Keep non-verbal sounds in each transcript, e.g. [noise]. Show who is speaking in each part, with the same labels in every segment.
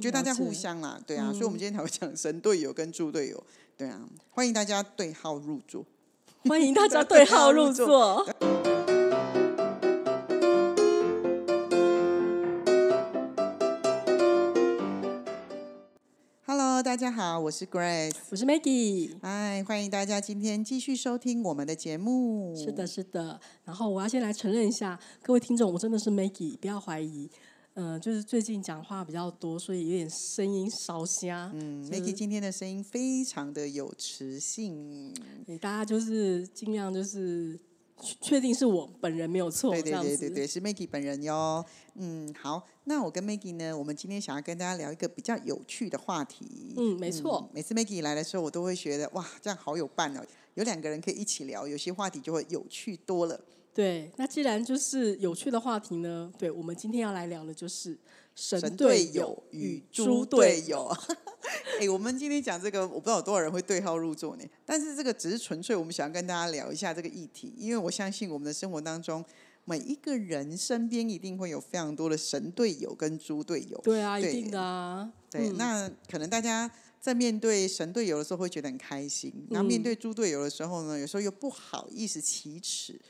Speaker 1: 觉得大家
Speaker 2: 嗯了解嗯 [laughs]
Speaker 1: 互相啦，对啊，所以我们今天才会讲神队友跟猪队友，对啊，欢迎大家对号入座。
Speaker 2: 欢迎大家对号入座。
Speaker 1: [laughs] Hello，大家好，我是 Grace，
Speaker 2: 我是 Maggie。
Speaker 1: 哎，欢迎大家今天继续收听我们的节目。
Speaker 2: 是的，，是的。然后我要先来承认一下，各位听众，我真的是 Maggie，不要怀疑。嗯、就是最近讲话比较多，所以有点声音烧瞎。
Speaker 1: 嗯，Maggie 今天的声音非常的有磁性，
Speaker 2: 对大家就是尽量就是确确定是我本人没有 [laughs] 错，
Speaker 1: 对
Speaker 2: 哦这
Speaker 1: 对
Speaker 2: 样
Speaker 1: 对
Speaker 2: 子
Speaker 1: 对对，是 Maggie 本人哟。嗯，好，那我跟 Maggie 呢，我们今天想要跟大家聊一个比较有趣的话题。
Speaker 2: 嗯没错
Speaker 1: 每次 Maggie 来的时候，我都会觉得哇，这样好有伴哦，有两个人可以一起聊，有些话题就会有趣多了。
Speaker 2: 对那既然就是有趣的话题呢，对我们今天要来聊的就是神
Speaker 1: 神队
Speaker 2: 队
Speaker 1: 友与猪
Speaker 2: 猪
Speaker 1: 队
Speaker 2: 友。
Speaker 1: 友。 [laughs] 哎、我们今天讲这个，我不知道有多少人会对号入座呢。但是这个只是纯粹我们想要跟大家聊一下这个议题，因为我相信我们的生活当中，每一个人身边一定会有非常多的神队友跟猪队友。
Speaker 2: 对啊，一
Speaker 1: 对
Speaker 2: 定的啊。
Speaker 1: 对，
Speaker 2: 嗯
Speaker 1: 那可能大家在面对神队友的时候会觉得很开心，然后面
Speaker 2: 嗯
Speaker 1: 对猪队友的时候呢，有时候又不好意思启齿。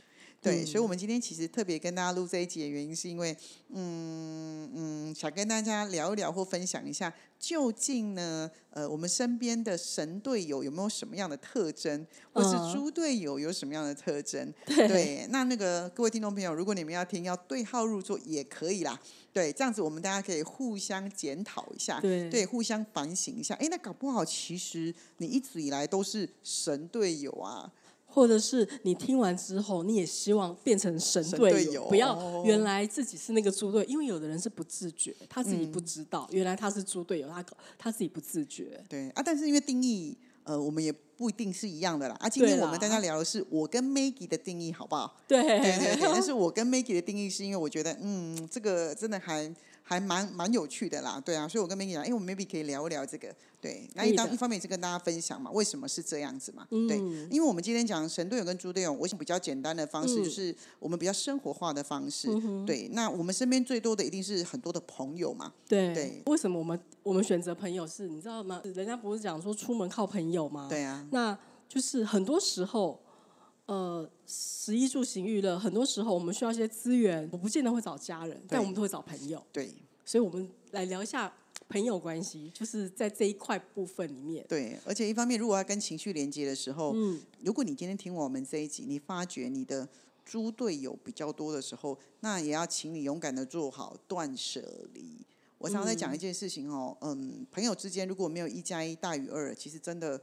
Speaker 1: 对，
Speaker 2: 嗯
Speaker 1: 所以，我们今天其实特别跟大家录这一集的原因，是因为，嗯嗯，想跟大家聊一聊或分享一下，究竟呢，呃，我们身边的神队友有没有什么样的特征，或是
Speaker 2: 嗯
Speaker 1: 猪队友有什么样的特征？对，那那个各位听众朋友，如果你们要听，要对号入座也可以啦。对，这样子我们大家可以互相检讨一下，
Speaker 2: 对
Speaker 1: 互相反省一下。哎，那搞不好其实你一直以来都是神队友啊，
Speaker 2: 或者是你听完之后，你也希望变成神
Speaker 1: 神
Speaker 2: 队友，
Speaker 1: 队友
Speaker 2: 不
Speaker 1: 哦
Speaker 2: 要原来自己是那个猪队，因为有的人是不自觉，
Speaker 1: 嗯
Speaker 2: 他自己不知道、原来他是猪队友，他他自己不自
Speaker 1: [laughs]
Speaker 2: 觉。
Speaker 1: 对啊，但是因为定义，呃，我们也不一定是一样的啦。啊，今天
Speaker 2: 对
Speaker 1: 我们大
Speaker 2: 啦
Speaker 1: 家聊的是我跟 Maggie 的定义，好不好？
Speaker 2: 对
Speaker 1: 对对对，
Speaker 2: [laughs]
Speaker 1: 但是我跟 Maggie 的定义是因为我觉得，嗯，这个真的还还蛮蛮有趣的啦，对啊，所以我跟 Maggie 讲，哎，我们 maybe 可以聊一聊这个，对，那
Speaker 2: 可
Speaker 1: 一
Speaker 2: 以
Speaker 1: 当
Speaker 2: 的
Speaker 1: 一方面也是跟大家分享嘛，为什么是这样子嘛，对，
Speaker 2: 嗯
Speaker 1: 因为我们今天讲神队友跟猪队友，我想比较简单的方式
Speaker 2: 嗯
Speaker 1: 就是我们比较生活化的方式，对，那我们身边最多的一定是很多的朋友嘛，
Speaker 2: 对
Speaker 1: 对
Speaker 2: 为什么我们我们选择朋友是，你知道吗？人家不是讲说出门靠朋友吗？
Speaker 1: 对啊，
Speaker 2: 那就是很多时候，呃，食衣住行娱乐，很多时候我们需要一些资源，我不见得会找家人，但我们都会找朋友。
Speaker 1: 对。
Speaker 2: 所以我们来聊一下朋友关系，就是在这一块部分里面。
Speaker 1: 对，而且一方面，如果要跟情绪连接的时候，
Speaker 2: 嗯
Speaker 1: 如果你今天听我们这一集，你发觉你的猪队友比较多的时候，那也要请你勇敢的做好断舍离。我常常在讲一件事情哦，嗯，朋友之间如果没有一加一大于二，其实真的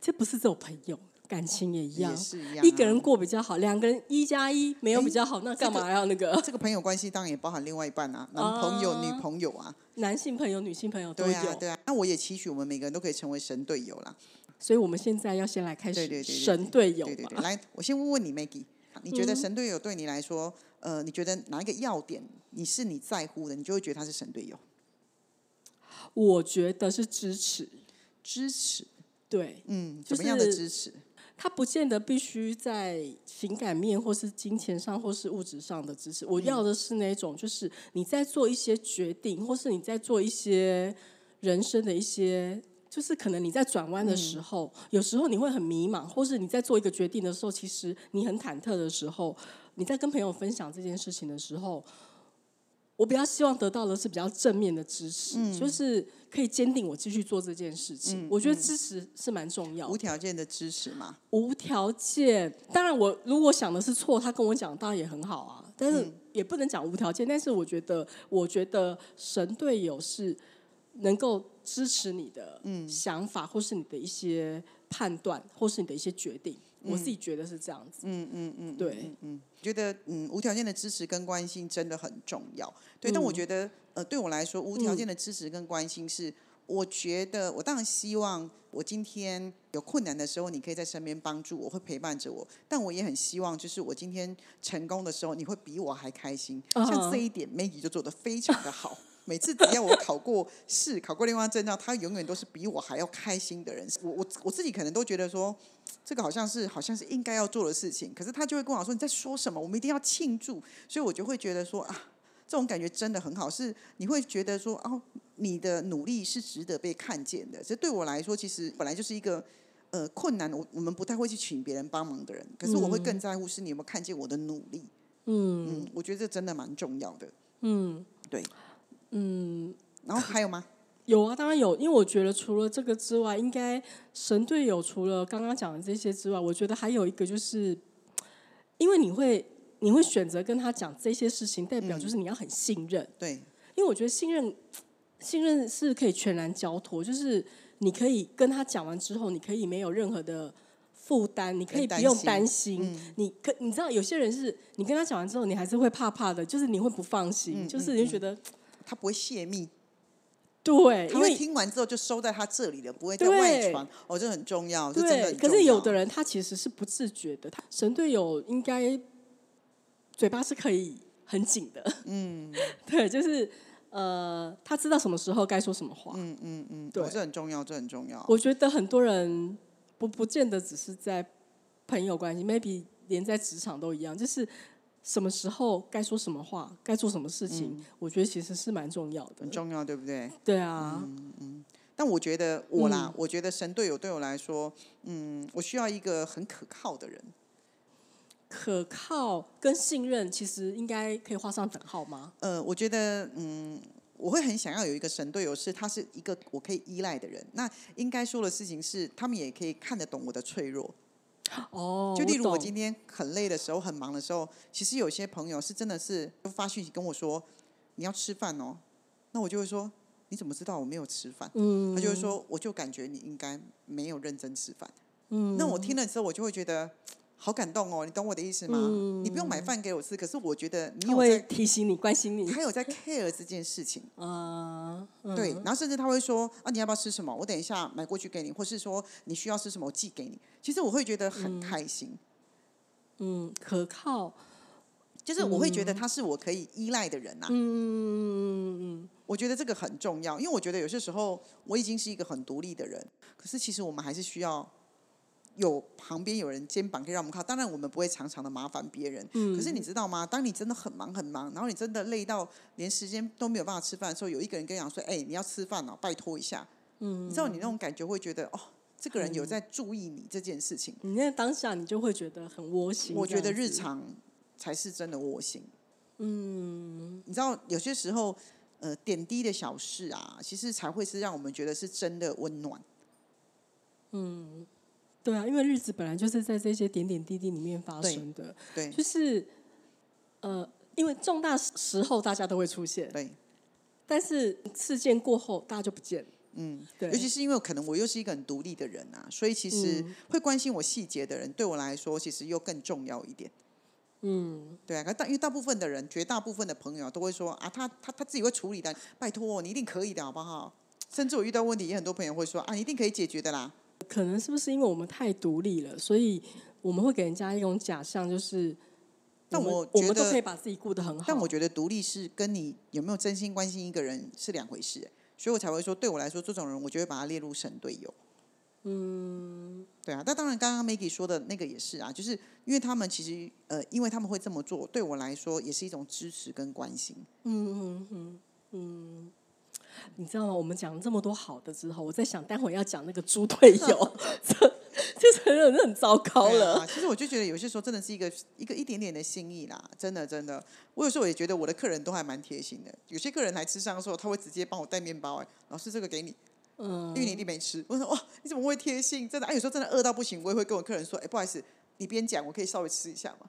Speaker 2: 这不是只有朋友，感情也一样。
Speaker 1: 也是一样、啊哎
Speaker 2: 一个人。过比较好，两个人一加一没有比较好，那干嘛要那个 [laughs]
Speaker 1: 这个朋友关系当然也包含另外一半啊，男朋友、
Speaker 2: 啊
Speaker 1: 女朋友啊，
Speaker 2: 男性朋友、女性朋友都
Speaker 1: 对
Speaker 2: 有？
Speaker 1: 啊，对啊。那我也期许我们每个人都可以成为神队友啦。
Speaker 2: 所以我们现在要先来开
Speaker 1: 对对
Speaker 2: 始
Speaker 1: 对对
Speaker 2: 神队友
Speaker 1: 对对对，
Speaker 2: 嘛。
Speaker 1: 来，我先问问你，Maggie，你啊觉得神队友对你来说，呃，你觉得哪一个要点你是你在乎的，你就会觉得他是神队友？
Speaker 2: 我觉得是支持，
Speaker 1: 支持，
Speaker 2: 对
Speaker 1: 嗯，
Speaker 2: 就
Speaker 1: 怎么样的
Speaker 2: 是
Speaker 1: 支持？
Speaker 2: 他不见得必须在情感面或是金钱上或是物质上的支持。我要的是那种，就是你在做一些决定，或是你在做一些人生的一些，就是可能你在转弯的时候，有时候你会很迷茫，或是你在做一个决定的时候，其实你很忐忑的时候，你在跟朋友分享这件事情的时候。我比较希望得到的是比较正面的支持，就是可以坚定我继续做这件事情。我觉得支持是蛮重要的
Speaker 1: 无条件的支持嘛？
Speaker 2: 无条件，当然我如果想的是错，他跟我讲当然也很好啊，但是也不能讲无条件。但是我觉得，我觉得神队友是能够支持你的想法，或是你的一些判断，或是你的一些决定。我自己觉得是这样子。嗯嗯嗯，对，
Speaker 1: 觉得嗯，无条件的支持跟关心真的很重要。对，但我觉得呃，对我来说，无条件的支持跟关心是，我觉得我当然希望我今天有困难的时候，你可以在身边帮助我，会陪伴着我。但我也很希望，就是我今天成功的时候，你会比我还开心。像
Speaker 2: 嗯
Speaker 1: 这一点，Maggie 就做得非常的好。每次只要我考过试、考过另外证照，他永远都是比我还要开心的人。我我我自己可能都觉得说，这个好像是好像是应该要做的事情，可是他就会跟我说你在说什么，我们一定要庆祝，所以我就会觉得说啊，这种感觉真的很好，是你会觉得说哦，你的努力是值得被看见的。这对我来说，其实本来就是一个呃困难，我我们不太会去请别人帮忙的人，可是我会
Speaker 2: 嗯
Speaker 1: 更在乎是你有没有看见我的努力。嗯我觉得这真的蛮重要的。嗯，对，嗯，
Speaker 2: 嗯
Speaker 1: 然后还有吗？
Speaker 2: 有啊，当然有，因为我觉得除了这个之外，应该神队友除了刚刚讲的这些之外，我觉得还有一个就是，因为你会你会选择跟他讲这些事情，代
Speaker 1: 嗯
Speaker 2: 表就是你要很信任，
Speaker 1: 对，
Speaker 2: 因为我觉得信任信任是可以全然交托，就是你可以跟他讲完之后，你可以没有任何的。负担，你可以
Speaker 1: 跟
Speaker 2: 不用
Speaker 1: 担嗯
Speaker 2: 担心。你可你知道，有些人是你跟他讲完之后，你还是会怕怕的，就是你会不放心，
Speaker 1: 嗯
Speaker 2: 就是你会觉得、
Speaker 1: 他不会泄密，
Speaker 2: 对，
Speaker 1: 他
Speaker 2: 因
Speaker 1: 会
Speaker 2: 为
Speaker 1: 听完之后就收在他这里的，不会在
Speaker 2: 对
Speaker 1: 外传。哦，这很重要，这真的
Speaker 2: 对，
Speaker 1: 很
Speaker 2: 可
Speaker 1: 重
Speaker 2: 是有
Speaker 1: 要
Speaker 2: 的人他其实是不自觉的，他神队友应该嘴巴是可以很紧的，嗯， [laughs] 对，就是呃，他知道什么时候该说什么话。
Speaker 1: 嗯嗯嗯，
Speaker 2: 对
Speaker 1: 哦这很重要，这很重要。
Speaker 2: 我觉得很多人不不见得只是在朋友关系，maybe 连在职场都一样，就是什么时候该说什么话，该做什么事情，我觉得其实是蛮重要的
Speaker 1: 嗯很。重嗯要，对不对？
Speaker 2: 对啊，
Speaker 1: 但我觉得我
Speaker 2: 嗯
Speaker 1: 啦，我觉得神队友对我来说，嗯，我需要一个很可靠的人。
Speaker 2: 可靠跟信任其实应该可以画上等号吗？
Speaker 1: 呃，我觉得，嗯，我会很想要有一个神队友，是他是一个我可以依赖的人。那应该说的事情是，他们也可以看得懂我的脆弱。
Speaker 2: 哦，
Speaker 1: 就例如我
Speaker 2: 懂
Speaker 1: 今天很累的时候、很忙的时候，其实有些朋友是真的是就发讯息跟我说你要吃饭哦，那我就会说你怎么知道我没有吃饭？嗯，他就会说我就感觉你应该没有认真吃饭。嗯，那我听了之后，我就会觉得好感动哦，你懂我的意思吗？你不用买饭给我吃，可是我觉得你
Speaker 2: 他
Speaker 1: 有
Speaker 2: 会
Speaker 1: 在，
Speaker 2: 提醒你、关心你。
Speaker 1: 他有在 care 这件事情。
Speaker 2: 啊、
Speaker 1: 对，然后甚至他会说啊，你要不要吃什么？我等一下买过去给你，或是说你需要吃什么，我寄给你。其实我会觉得很开心。
Speaker 2: 嗯，可靠，
Speaker 1: 就是我会觉得他是我可以依赖的人呐、
Speaker 2: 嗯，
Speaker 1: 我觉得这个很重要，因为我觉得有些时候我已经是一个很独立的人，可是其实我们还是需要有旁边有人肩膀可以让我们靠。当然，我们不会常常的麻烦别人，
Speaker 2: 嗯
Speaker 1: 可是你知道吗？当你真的很忙很忙，然后你真的累到连时间都没有办法吃饭的时候，有一个人跟你讲说：“哎、你要吃饭哦，拜托一下。”嗯，你知道你那种感觉会觉得哦，这个人
Speaker 2: 嗯
Speaker 1: 有在注意你这件事情。
Speaker 2: 你那当下你就会觉得很窝心。
Speaker 1: 我觉
Speaker 2: 这
Speaker 1: 得
Speaker 2: 样子
Speaker 1: 日常才是真的窝心。嗯，你知道有些时候，呃，点滴的小事啊，其实才会是让我们觉得是真的温暖。
Speaker 2: 对啊，因为日子本来就是在这些点点滴滴里面发
Speaker 1: 对
Speaker 2: 生的，
Speaker 1: 对
Speaker 2: 就是呃，因为重大时候大家都会出现，
Speaker 1: 对，
Speaker 2: 但是事件过后大家就不见了。嗯，对，
Speaker 1: 尤其是因为可能我又是一个很独立的人啊，所以其实
Speaker 2: 嗯
Speaker 1: 会关心我细节的人，对我来说其实又更重要一点。嗯，对啊，可大因为大部分的人，绝大部分的朋友都会说啊，他他他自己会处理的，拜托你一定可以的，好不好？甚至我遇到问题，也很多朋友会说啊，你一定可以解决的啦。
Speaker 2: 可能是不是因为我们太独立了，所以我们会给人家一种假象，就是
Speaker 1: 但
Speaker 2: 我
Speaker 1: 我
Speaker 2: 们我
Speaker 1: 觉
Speaker 2: 们都
Speaker 1: 得
Speaker 2: 可以把自己顾得很好。
Speaker 1: 但我觉得独立是跟你有没有真心关心一个人是两回事，所以我才会说，对我来说，这种人我就会把他列入神队友。嗯，对啊。那当然，刚刚 Maggie 说的那个也是啊，就是因为他们其实呃，因为他们会这么做，对我来说也是一种支持跟关心。
Speaker 2: 你知道吗？我们讲了这么多好的之后，我在想，待会要讲那个猪队友，
Speaker 1: [laughs]
Speaker 2: 这这真的是很糟糕
Speaker 1: 对
Speaker 2: 了。
Speaker 1: 啊，其实我就觉得有些时候真的是一个一个一点点的心意啦，真的真的。我有时候也觉得我的客人都还蛮贴心的，有些客人来吃上的时候，他会直接帮我带面包、哎，老师这个给你。
Speaker 2: 嗯
Speaker 1: 因为你一定没吃。我说哇，你怎么会贴心？真的，哎、有时候真的饿到不行，我也会跟我客人说，哎、不好意思，你边讲，我可以稍微吃一下嘛。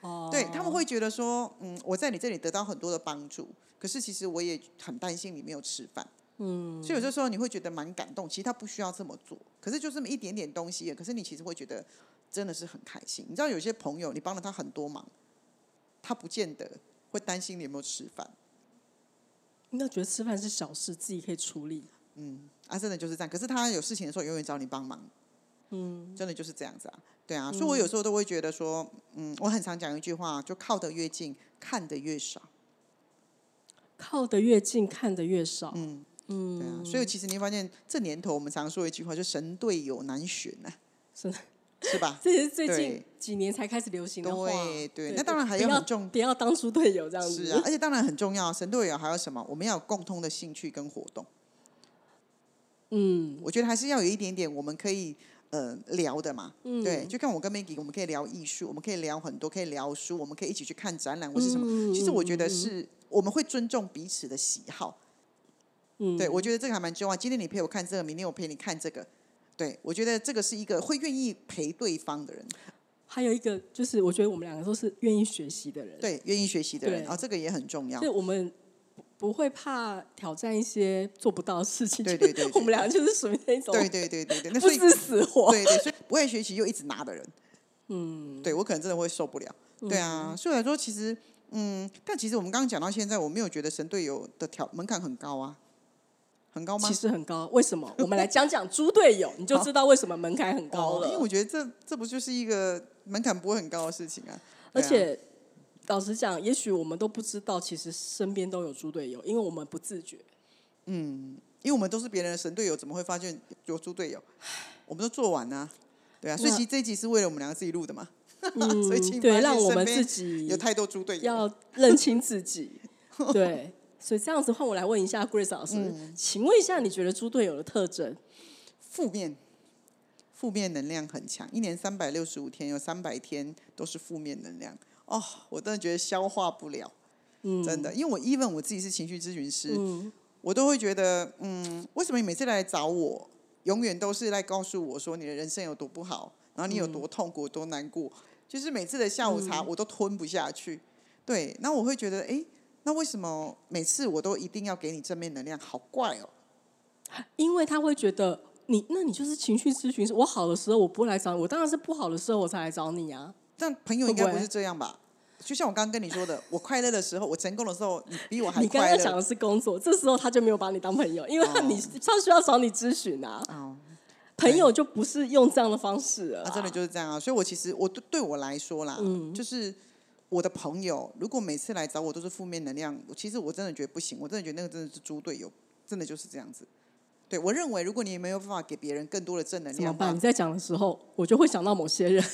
Speaker 2: 哦
Speaker 1: 对他们会觉得说，嗯，我在你这里得到很多的帮助，可是其实我也很担心你没有吃饭。嗯，所以有些时候你会觉得蛮感动，其实他不需要这么做，可是就这么一点点东西，可是你其实会觉得真的是很开心。你知道有些朋友，你帮了他很多忙，他不见得会担心你有没有吃饭。
Speaker 2: 应该觉得吃饭是小事，自己可以处理。
Speaker 1: 啊，真的就是这样。可是他有事情的时候，永远找你帮忙。嗯，真的就是这样子啊，对
Speaker 2: 嗯
Speaker 1: 啊。所以我有时候都会觉得说，嗯，我很常讲一句话，就靠得越近，看得越少。
Speaker 2: 靠得越近，看得越少。
Speaker 1: 嗯
Speaker 2: 嗯
Speaker 1: 对啊，所以其实你会发现，这年头我们常说一句话，就神队友难选啊。
Speaker 2: 是 [laughs]
Speaker 1: 是吧？
Speaker 2: 这也是最近
Speaker 1: 对
Speaker 2: 几年才开始流行的话。
Speaker 1: 对对那当然还
Speaker 2: 不
Speaker 1: 有
Speaker 2: 要
Speaker 1: 很重
Speaker 2: 不要当猪队友这样
Speaker 1: 是
Speaker 2: 子。
Speaker 1: 啊，而且当然很重要。神队友还有什么？我们要有共通的兴趣跟活动。嗯，我觉得还是要有一点点我们可以呃聊的嘛。嗯，对，就像我跟 Maggie，我们可以聊艺术，我们可以聊很多，可以聊书，我们可以一起去看展览或是什么。
Speaker 2: 嗯
Speaker 1: 其实我觉得是我们会尊重彼此的喜好。
Speaker 2: 嗯
Speaker 1: 对，我觉得这个还蛮重要。今天你陪我看这个，明天我陪你看这个。对，我觉得这个是一个会愿意陪对方的人，
Speaker 2: 还有一个就是，我觉得我们两个都是愿意学习的人，
Speaker 1: 对，愿意学习的人，
Speaker 2: 对
Speaker 1: 啊、这个也很重要
Speaker 2: 所以。我们不不会怕挑战一些做不到的事情。
Speaker 1: 对
Speaker 2: 就是
Speaker 1: 对对对
Speaker 2: 我们两个就是属于那种
Speaker 1: 对对对对对，那
Speaker 2: 不
Speaker 1: 所以
Speaker 2: 知死活。
Speaker 1: 对对，所以不爱学习又一直拿的人，嗯，对我可能真的会受不了。
Speaker 2: 嗯
Speaker 1: 对啊，所以来说其实，嗯，但其实我们刚刚讲到现在，我没有觉得神队友的条门槛很高啊，很高吗
Speaker 2: 其？实很高，为什
Speaker 1: [laughs]
Speaker 2: 么？我们来讲讲猪队友，你就知道为什么门槛很高
Speaker 1: 哦
Speaker 2: 了。
Speaker 1: 因为我觉得这这不就是一个门槛不会很高的事情啊。
Speaker 2: 而
Speaker 1: 对啊
Speaker 2: 且老实讲，也许我们都不知道，其实身边都有猪队友，因为我们不自觉。
Speaker 1: 因为我们都是别人的神队友，怎么会发现有猪队友？我们都做完呢、对啊，所以其实这一集是为了我们两个自己录的嘛， [laughs] 所以请
Speaker 2: 嗯对
Speaker 1: 发现
Speaker 2: 让我
Speaker 1: 身
Speaker 2: 们
Speaker 1: 边
Speaker 2: 自己
Speaker 1: 有太多猪队友，
Speaker 2: 要认清自
Speaker 1: [laughs]
Speaker 2: 己。对，所以这样子换我来问一下 Grace 老师，
Speaker 1: 嗯
Speaker 2: 请问一下，你觉得猪队友的特征？
Speaker 1: 负面，负面能量很强，一年三百六十五天，有三百天都是负面能量。哦，我真的觉得消化不了，
Speaker 2: 嗯
Speaker 1: 真的，因为我 even 我自己是情绪咨询师，
Speaker 2: 嗯
Speaker 1: 我都会觉得，嗯，为什么你每次来找我，永远都是来告诉我说你的人生有多不好，然后你有多痛苦、多难过，就是每次的下午
Speaker 2: 嗯
Speaker 1: 茶我都吞不下去。对，那我会觉得，哎，那为什么每次我都一定要给你正面能量？好怪哦。
Speaker 2: 因为他会觉得你，那你就是情绪咨询师。我好的时候我不会来找你，我当然是不好的时候我才来找你啊。
Speaker 1: 但朋友应该
Speaker 2: 会不
Speaker 1: 不
Speaker 2: 会
Speaker 1: 是这样吧？就像我刚刚跟你
Speaker 2: [laughs]
Speaker 1: 说的，我快乐的时候，我成功的时候，你比我还
Speaker 2: 你刚
Speaker 1: 快
Speaker 2: 刚讲
Speaker 1: 乐。
Speaker 2: 的是工作，这时候他就没有把你当朋友，因为他
Speaker 1: 哦
Speaker 2: 你、他需要找你咨询啊。
Speaker 1: 哦
Speaker 2: 朋友就不是用这样的方式了、
Speaker 1: 啊，真的就是这样啊！所以我其实我对对我来说啦，
Speaker 2: 嗯
Speaker 1: 就是我的朋友，如果每次来找我都是负面能量，我其实我真的觉得不行，我真的觉得那个真的是猪队友，真的就是这样子。对我认为，如果你没有办法给别人更多的正能
Speaker 2: 怎么
Speaker 1: 量
Speaker 2: 办？
Speaker 1: 吧
Speaker 2: 你，在讲的时候，我就会想到某些人。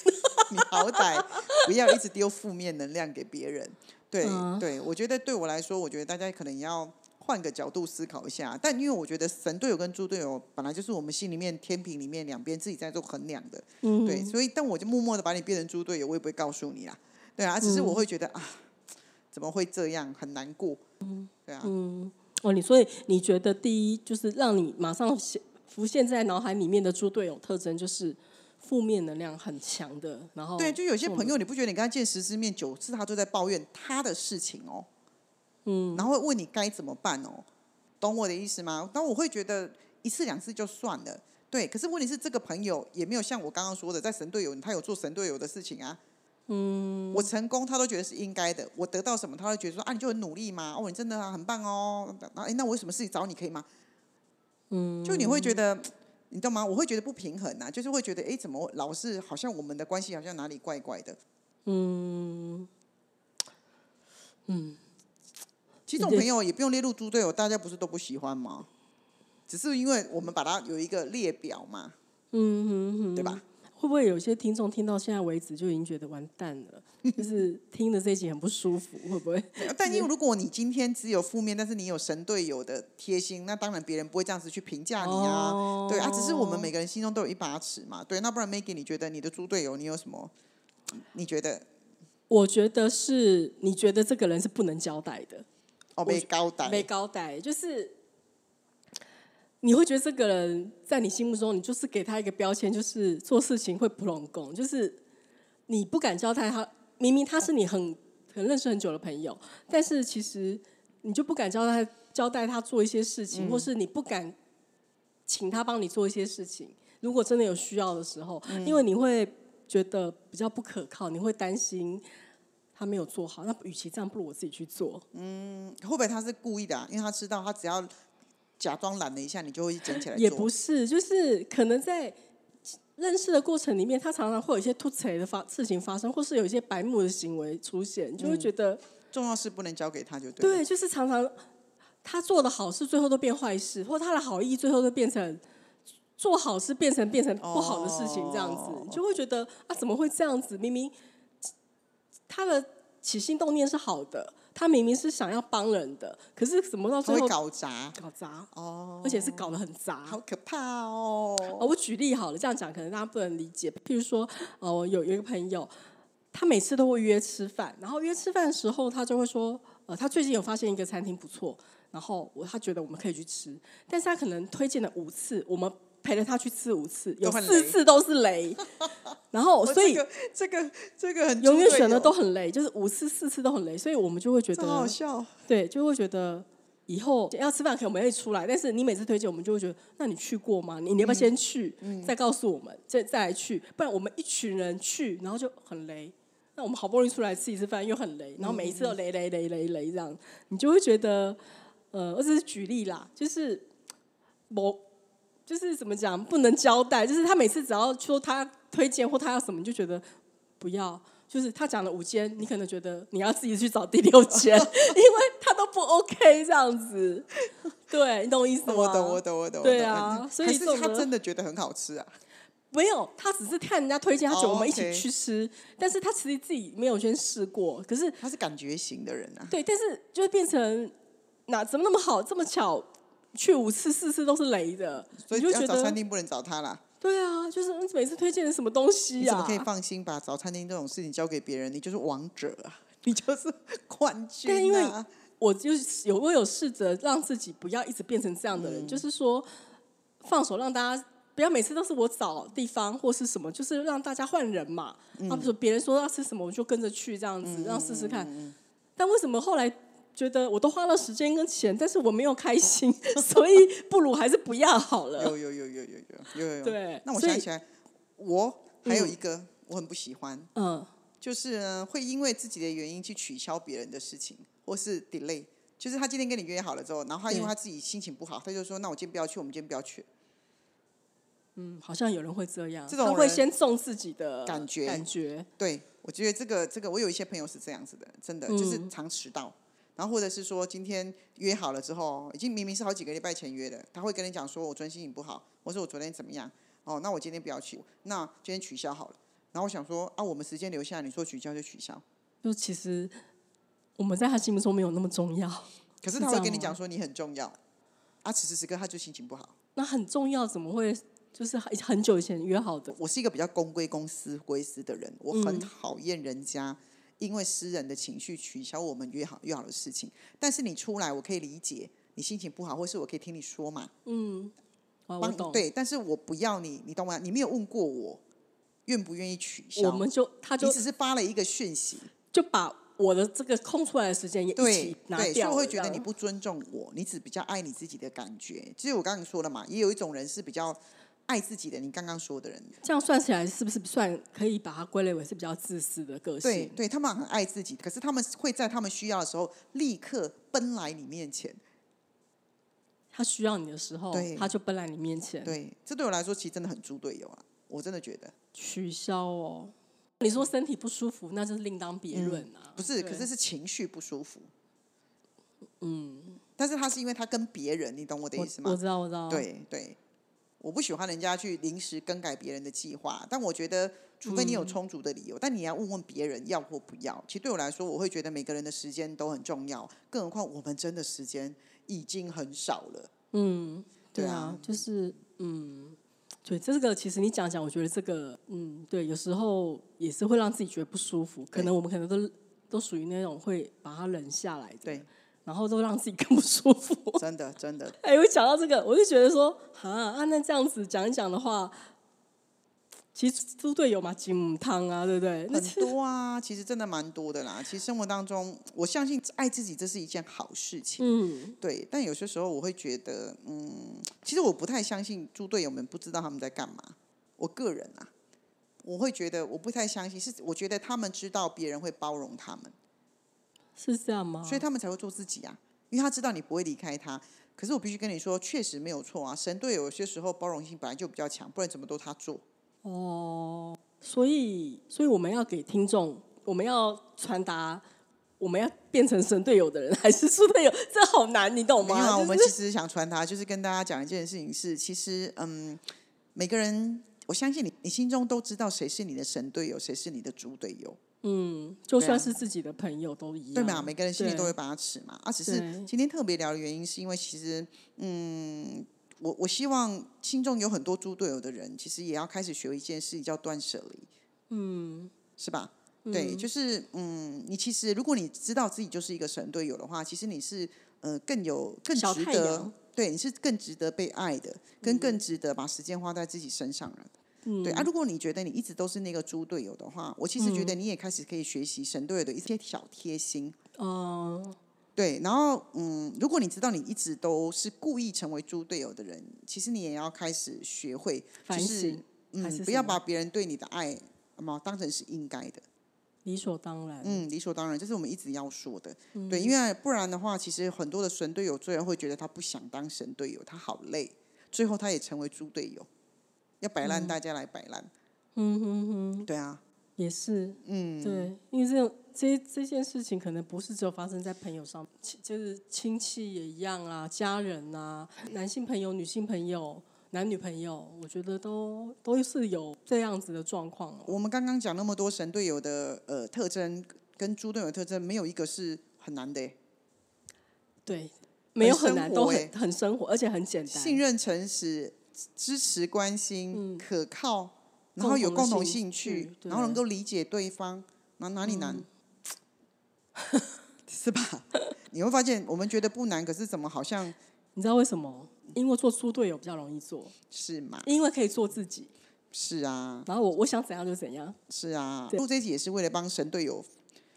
Speaker 1: 你好歹不要一直丢负面能量给别人。对、
Speaker 2: 嗯
Speaker 1: 对，我觉得对我来说，我觉得大家可能也要换个角度思考一下。但因为我觉得神队友跟猪队友本来就是我们心里面天平里面两边自己在做衡量的，
Speaker 2: 嗯，
Speaker 1: 对，所以但我就默默的把你变成猪队友，我也不会告诉你啦。对啊，只是
Speaker 2: 嗯
Speaker 1: 我会觉得、啊，怎么会这样，很难过。
Speaker 2: 嗯
Speaker 1: 对啊，
Speaker 2: 哦，你所以你觉得第一就是让你马上显浮现在脑海里面的猪队友特征，就是负面能量很强的，然后
Speaker 1: 对，就有些
Speaker 2: 我
Speaker 1: 朋友，你不觉得你跟他见十次面，九次他都在抱怨他的事情哦，嗯，然后会问你该怎么办哦，懂我的意思吗？但我会觉得一次两次就算了，对。可是问题是，这个朋友也没有像我刚刚说的，在神队友，他有做神队友的事情啊。嗯，我成功，他都觉得是应该的。我得到什么，他都觉得说啊，你就很努力嘛，哦，你真的、啊、很棒哦。那哎，那我有什么事情找你可以吗？嗯，就你会觉得你知道吗？我会觉得不平衡啊，就是会觉得，哎，怎么老是好像我们的关系好像哪里怪怪的？
Speaker 2: 嗯，
Speaker 1: 其实嗯这种朋友也不用列入猪队友，大家不是都不喜欢吗？只是因为我们把它有一个列表嘛，嗯对吧？
Speaker 2: 会不会有些听众听到现在为止就已经觉得完蛋
Speaker 1: [laughs]
Speaker 2: 了，就是听的这一集很不舒服，会不会？
Speaker 1: 呃
Speaker 2: [laughs]
Speaker 1: 但因为如果你今天只有负面，但是你有神队友的贴心，那当然别人不会这样子去评价你啊。
Speaker 2: 哦
Speaker 1: 对啊，只是我们每个人心中都有一把尺嘛。对，那不然 Maggie，你觉得你的猪队友你有什么？你觉得
Speaker 2: 我觉得是你觉得这个人是不能交代的，
Speaker 1: 哦被高
Speaker 2: 没
Speaker 1: 逮？
Speaker 2: 交代，就是你会觉得这个人在你心目中，你就是给他一个标签，就是做事情会不拢共，就是你不敢交代他，明明他是你很很认识很久的朋友，但是其实你就不敢交代交代他做一些事情，或是你不敢请他帮你做一些事情。如果真的有需要的时候，因为你会觉得比较不可靠，你会担心他没有做好。那与其这样，不如我自己去做。
Speaker 1: 会不会他是故意的、啊？因为他知道他只要假装懒了一下，你就会捡起来做。
Speaker 2: 也不是，就是可能在认识的过程里面，他常常会有一些突锤的发事情发生，或是有一些白目的行为出现，你就会觉得、
Speaker 1: 重要事不能交给他就嗯对了。
Speaker 2: 对，就是常常他做的好事最后都变坏事，或他的好意最后都变成做好事变成变成不好的事情，这样子，
Speaker 1: 哦
Speaker 2: 你就会觉得啊，怎么会这样子？明明他的起心动念是好的，他明明是想要帮人的，可是怎么到
Speaker 1: 他
Speaker 2: 最
Speaker 1: 会
Speaker 2: 后
Speaker 1: 搞砸
Speaker 2: 搞砸，
Speaker 1: 哦，
Speaker 2: 而且是搞得很杂。
Speaker 1: 好可怕哦。
Speaker 2: 哦，我举例好了，这样讲可能大家不能理解。譬如说，哦，我有有一个朋友，他每次都会约吃饭，然后约吃饭的时候，他就会说，呃，他最近有发现一个餐厅不错，然后我他觉得我们可以去吃，但是他可能推荐了五次，我们陪了他去吃五次，有
Speaker 1: 都很
Speaker 2: 四
Speaker 1: 雷
Speaker 2: 次都是
Speaker 1: [laughs]
Speaker 2: 雷，然后
Speaker 1: 哦
Speaker 2: 所以
Speaker 1: 这个这个这个很
Speaker 2: 永远
Speaker 1: 猪队
Speaker 2: 选的
Speaker 1: 友
Speaker 2: 都很雷，就是五次四次都很雷，所以我们就会觉
Speaker 1: 这好
Speaker 2: 得
Speaker 1: 好，笑。
Speaker 2: 对，就会觉得。以后要吃饭可能我们会出来，但是你每次推荐我们就会觉得，那你去过吗？你你要不要先去，再告诉我们，再再来去，不然我们一群人去，然后就很雷。那我们好不容易出来吃一次饭又很雷，然后每一次都雷雷雷雷雷这样，你就会觉得，呃，我只是举例啦，就是某就是怎么讲不能交代，就是他每次只要说他推荐或他要什么，你就觉得不要。就是他讲了五间，你可能觉得你要自己去找第六
Speaker 1: [laughs]
Speaker 2: 间，因为他都不 OK 这样子。对，你懂我意思吗？
Speaker 1: 我懂，我懂，我懂。
Speaker 2: 啊
Speaker 1: 我
Speaker 2: 对
Speaker 1: 懂
Speaker 2: 啊
Speaker 1: 嗯
Speaker 2: 所
Speaker 1: 还
Speaker 2: 以
Speaker 1: 是
Speaker 2: 这种
Speaker 1: 他
Speaker 2: 呢
Speaker 1: 真的觉得很好吃啊。
Speaker 2: 没有，他只是看人家推荐，他觉得我们一
Speaker 1: 哦
Speaker 2: 起
Speaker 1: ，OK
Speaker 2: 去吃但是他其实自己没有先试过。可是
Speaker 1: 他是感觉型的人啊。
Speaker 2: 对，但是就会变成哪怎么那么好，这么巧去五次四次都是雷的，
Speaker 1: 所以
Speaker 2: 你就
Speaker 1: 要
Speaker 2: 觉
Speaker 1: 找餐
Speaker 2: 得
Speaker 1: 厅不能找他啦，
Speaker 2: 对啊，就是嗯每次推荐的什么东西
Speaker 1: 你怎
Speaker 2: 呀、
Speaker 1: 么可以放心把早餐厅这种事情交给别人？你就是王者啊， [laughs] 你就是冠军、啊。
Speaker 2: 但因为我就是有我有试着让自己不要一直变成这样的
Speaker 1: 嗯
Speaker 2: 人，就是说放手让大家。不要每次都是我找地方或是什么，就是让大家换人嘛。
Speaker 1: 嗯
Speaker 2: 啊，不是别人说要吃什么，我就跟着去这样子，让试试
Speaker 1: 嗯
Speaker 2: 看。但为什么后来觉得我都花了时间跟钱，但是我没有开
Speaker 1: [laughs]
Speaker 2: 心，所以不如还是不要好了。
Speaker 1: 有有有有有有有有有。
Speaker 2: 对
Speaker 1: 啊
Speaker 2: 嗯
Speaker 1: 那我
Speaker 2: 所以
Speaker 1: 想起来，我还有一个、我很不喜欢，
Speaker 2: 嗯，
Speaker 1: 就是呢会因为自己的原因去取消别人的事情，或是 delay。就是他今天跟你约好了之后，然后他因为
Speaker 2: 对
Speaker 1: 他自己心情不好，他就说：“那我今天不要去，我们今天不要去。
Speaker 2: 嗯好像有人会这样，
Speaker 1: 这种
Speaker 2: 他会
Speaker 1: 人
Speaker 2: 先中自己的
Speaker 1: 感觉
Speaker 2: 感觉，
Speaker 1: 对，我觉得这个这个，我有一些朋友是这样子的，真的、就是常迟到，然后或者是说今天约好了之后，已经明明是好几个礼拜前约的，他会跟你讲说我昨天心情不好，我说我昨天怎么样，哦，那我今天不要去，那今天取消好了。然后我想说啊，我们时间留下，你说取消就取消，
Speaker 2: 就其实我们在他心目中没有那么重要。
Speaker 1: 可是
Speaker 2: 是
Speaker 1: 他
Speaker 2: 这
Speaker 1: 会
Speaker 2: 样
Speaker 1: 跟你
Speaker 2: 吗
Speaker 1: 讲说你很重要，啊，此时此刻他就心情不好。
Speaker 2: 那很重要，怎么会就是很很久以前约好的？
Speaker 1: 我是一个比较公归公、私归私的人，我
Speaker 2: 嗯
Speaker 1: 很讨厌人家因为私人的情绪取消我们约好约好的事情。但是你出来，我可以理解你心情不好，或是我可以听你说嘛，
Speaker 2: 啊，我
Speaker 1: 帮
Speaker 2: 懂。
Speaker 1: 对。但是我不要你，你懂吗？你没有问过我愿不愿意取消，
Speaker 2: 我们就他
Speaker 1: 你
Speaker 2: 就
Speaker 1: 只是发了一个讯息，
Speaker 2: 就把我的这个空出来的时间也一
Speaker 1: 对
Speaker 2: 起拿
Speaker 1: 对，所以
Speaker 2: 掉了，
Speaker 1: 我会觉得
Speaker 2: 这
Speaker 1: 你
Speaker 2: 样
Speaker 1: 不尊重我，你只比较爱你自己的感觉。其实我刚刚说了嘛，也有一种人是比较爱自己的，你刚刚说的人，
Speaker 2: 这样算起来是不是算可以把它归类为是比较自私的个
Speaker 1: 对
Speaker 2: 性？
Speaker 1: 对，他们很爱自己，可是他们会在他们需要的时候立刻奔来你面前。
Speaker 2: 他需要你的时候
Speaker 1: 对，
Speaker 2: 他就奔来你面前
Speaker 1: 对，这对我来说其实真的很猪队友啊，我真的觉得
Speaker 2: 取消哦。你说身体不舒服，那就是另当
Speaker 1: 嗯
Speaker 2: 别论啊。
Speaker 1: 不是，
Speaker 2: 对
Speaker 1: 可是是情绪不舒服。嗯，但是他是因为他跟别人，你懂我的意思
Speaker 2: 我我
Speaker 1: 吗？
Speaker 2: 知道，我知道。
Speaker 1: 对对，我不喜欢人家去临时更改别人的计划，但我觉得
Speaker 2: 嗯
Speaker 1: 除非你有充足的理由，但你要问问别人要或不要。其实对我来说，我会觉得每个人的时间都很重要，更何况我们真的时间已经很少了。
Speaker 2: 嗯，对
Speaker 1: 对
Speaker 2: 啊
Speaker 1: 啊，
Speaker 2: 就是嗯，对，这个其实你讲讲，我觉得这个嗯，对，有时候也是会让自己觉得不舒服。可
Speaker 1: 对
Speaker 2: 能我们可能都都属于那种会把它忍下来的，
Speaker 1: 对，
Speaker 2: 然后都让自己更不舒服。 [laughs]
Speaker 1: 真的真的，
Speaker 2: 哎，我讲到这个，我就觉得说，啊啊，那这样子讲一讲的话，其实猪队友嘛，鸡母汤啊，对不对？那
Speaker 1: 很多啊，其实真的蛮多的啦。其实生活当中，我相信爱自己这是一件好事情，
Speaker 2: 嗯，
Speaker 1: 对。但有些时候我会觉得，嗯，其实我不太相信猪队友们不知道他们在干嘛。我个人啊，我会觉得我不太相信，是我觉得他们知道别人会包容他们，
Speaker 2: 是这样吗？
Speaker 1: 所以他们才会做自己啊，因为他知道你不会离开他。可是我必须跟你说，确实没有错啊。神队友有些时候包容性本来就比较强，不然怎么都他做。
Speaker 2: 哦，所以，所以我们要给听众，我们要传达，我们要变成神队友的人，还是猪队友？这好难，你懂
Speaker 1: 没
Speaker 2: 吗？
Speaker 1: 有啊，
Speaker 2: 就是
Speaker 1: 我们其实想传达就是跟大家讲一件事情是，其实嗯，每个人，我相信你，你心中都知道谁是你的神队友，谁是你的猪队友，
Speaker 2: 嗯，就
Speaker 1: 对啊
Speaker 2: 算是自己的朋友都一样，
Speaker 1: 对嘛？每个人心里
Speaker 2: 嗯对
Speaker 1: 都有把尺嘛。啊，只是
Speaker 2: 对
Speaker 1: 今天特别聊的原因，是因为其实，嗯，我我希望心中有很多猪队友的人，其实也要开始学一件事，叫断舍离。嗯，是吧？对，就是嗯，你其实如果你知道自己就是一个神队友的话，其实你是呃更有更
Speaker 2: 小
Speaker 1: 值
Speaker 2: 太
Speaker 1: 得
Speaker 2: 阳，嗯
Speaker 1: 对，你是更值得被爱的，跟更值得把时间花在自己身上了。对啊，如果你觉得你一直都是那个猪队友的话，我其实
Speaker 2: 嗯
Speaker 1: 觉得你也开始可以学习神队友的一些小贴心。
Speaker 2: 哦，
Speaker 1: 对，然后嗯，如果你知道你一直都是故意成为猪队友的人，其实你也要开始学会，就
Speaker 2: 反
Speaker 1: 是
Speaker 2: 省还
Speaker 1: 嗯，
Speaker 2: 是
Speaker 1: 不要
Speaker 2: 什么
Speaker 1: 把别人对你的爱嘛当成是应该的，
Speaker 2: 理所当然，
Speaker 1: 嗯，理所当然，这是我们一直要说的。对，因为不然的话，其实很多的神队友最后会觉得他不想当神队友，他好累，最后他也成为猪队友，要摆烂大家来摆烂。
Speaker 2: 嗯哼哼，
Speaker 1: 对啊，
Speaker 2: 也是，
Speaker 1: 嗯，
Speaker 2: 对，因为这种这这件事情可能不是只有发生在朋友上，亲就是亲戚也一样啊，家人啊，男性朋友、女性朋友、男女朋友，我觉得都都是有这样子的状况哦。
Speaker 1: 我们刚刚讲那么多神队友的呃特征跟猪队友的特征，没有一个是很难的欸耶。
Speaker 2: 对，没有
Speaker 1: 很
Speaker 2: 很
Speaker 1: 生
Speaker 2: 难，
Speaker 1: 活
Speaker 2: 都
Speaker 1: 欸
Speaker 2: 很很生活，而且很简单。
Speaker 1: 信任、诚实、支持、关心、可靠，然
Speaker 2: 嗯共
Speaker 1: 后有
Speaker 2: 同
Speaker 1: 共同
Speaker 2: 兴
Speaker 1: 兴趣
Speaker 2: 趣，
Speaker 1: 然后能
Speaker 2: 对
Speaker 1: 够理解对方，哪哪里难？
Speaker 2: 嗯
Speaker 1: [laughs] 是吧？你会发现，我们觉得不难，可是怎么好像
Speaker 2: 你知道为什么？因为做猪队友比较容易做，
Speaker 1: 是嘛？
Speaker 2: 因为可以做自己，
Speaker 1: 是啊，
Speaker 2: 然后我我想怎样就怎样。
Speaker 1: 是啊。
Speaker 2: 对
Speaker 1: 录这一集也是为了帮神队友，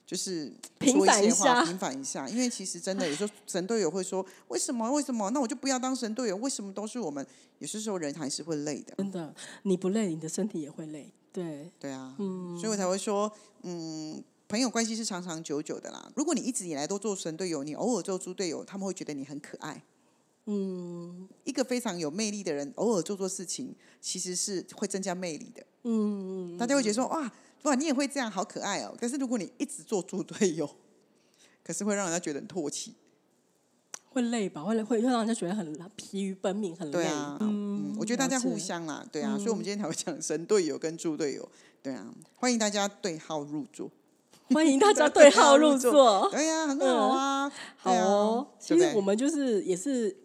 Speaker 1: 就是
Speaker 2: 平
Speaker 1: 说
Speaker 2: 反
Speaker 1: 一
Speaker 2: 一
Speaker 1: 些话，
Speaker 2: 下
Speaker 1: 平反一下。因为其实真的，有时候神队友会说：“为什么？为什么？那我就不要当神队友。为什么都是我们？有些时候人还是会累的。”
Speaker 2: 真的，你不累，你的身体也会累。对，
Speaker 1: 对啊，嗯，所以我才会说，嗯，朋友关系是长长久久的啦。如果你一直以来都做神队友，你偶尔做猪队友，他们会觉得你很可爱。嗯，一个非常有魅力的人，偶尔做做事情，其实是会增加魅力的。
Speaker 2: 嗯，
Speaker 1: 大家会觉得说，哇，哇，你也会这样，好可爱哦。但是如果你一直做猪队友，可是会让人家觉得很唾弃。
Speaker 2: 会累吧？会累会会让人家觉得很疲于奔命，很累。
Speaker 1: 对啊，嗯，我觉得大家
Speaker 2: 了解
Speaker 1: 互相啦，对啊，所以我们今天才会讲神队友跟猪队友。对啊，欢迎大家对号入座。
Speaker 2: 欢迎大家对号入 [laughs] 座。
Speaker 1: 对哎呀、很好啊，
Speaker 2: 嗯好
Speaker 1: 对啊
Speaker 2: 哦，
Speaker 1: 对
Speaker 2: 其
Speaker 1: 不
Speaker 2: 实
Speaker 1: 对
Speaker 2: 我们就是也是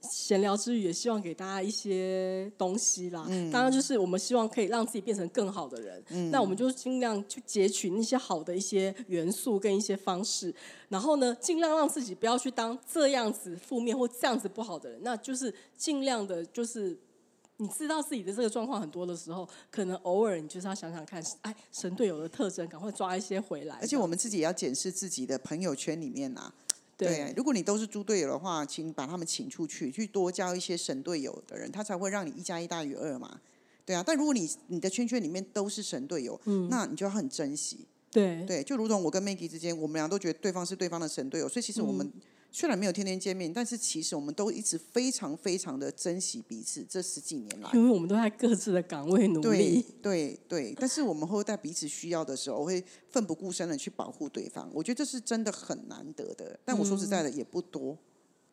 Speaker 2: 闲聊之余，也希望给大家一些东西啦。
Speaker 1: 嗯
Speaker 2: 当然，就是我们希望可以让自己变成更好的人。那我们就尽量去截取那些好的一些元素跟一些方式，然后呢，尽量让自己不要去当这样子负面或这样子不好的人。那就是尽量的，就是。你知道自己的这个状况很多的时候，可能偶尔你就是要想想看，哎，神队友的特征，赶快抓一些回来。
Speaker 1: 而且我们自己也要检视自己的朋友圈里面啊。对
Speaker 2: 对，
Speaker 1: 如果你都是猪队友的话，请把他们请出去，去多交一些神队友的人，他才会让你一加一大于二嘛。对啊，但如果你你的圈圈里面都是神队友，
Speaker 2: 嗯
Speaker 1: 那你就要很珍惜。
Speaker 2: 对，
Speaker 1: 对，就如同我跟 Maggie 之间，我们俩都觉得对方是对方的神队友，所以其实我们、
Speaker 2: 嗯
Speaker 1: 虽然没有天天见面，但是其实我们都一直非常非常的珍惜彼此。这十几年来，
Speaker 2: 因为我们都在各自的岗位努
Speaker 1: 对
Speaker 2: 力。
Speaker 1: 对对，但是我们会在彼此需要的时候，会奋不顾身的去保护对方。我觉得这是真的很难得的，但我说实
Speaker 2: 嗯
Speaker 1: 在的，也不多，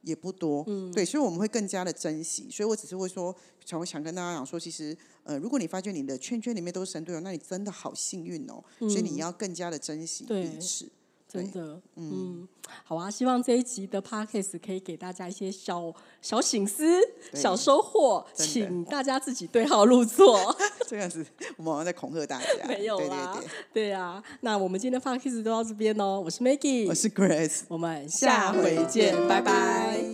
Speaker 1: 也不多。嗯，对，所以我们会更加的珍惜。所以我只是会说，想想跟大家讲说，其实呃，如果你发觉你的圈圈里面都是神队友，那你真的好幸运哦。所以你要更加的珍惜
Speaker 2: 嗯对
Speaker 1: 彼此。
Speaker 2: 真的，嗯，好啊！希望这一集的 podcast 可以给大家一些小小醒思、
Speaker 1: 对
Speaker 2: 小收获，
Speaker 1: 真的
Speaker 2: 请大家自己对号入座。 [laughs]
Speaker 1: 这样子，我们好像在恐吓大家。
Speaker 2: 没有
Speaker 1: 对对
Speaker 2: 啦
Speaker 1: 对，
Speaker 2: 对啊，那我们今天的 podcast 就到这边哦。我是
Speaker 1: 我
Speaker 2: Maggie，
Speaker 1: 是 Grace。
Speaker 2: 我们下回见，拜
Speaker 1: 拜
Speaker 2: 拜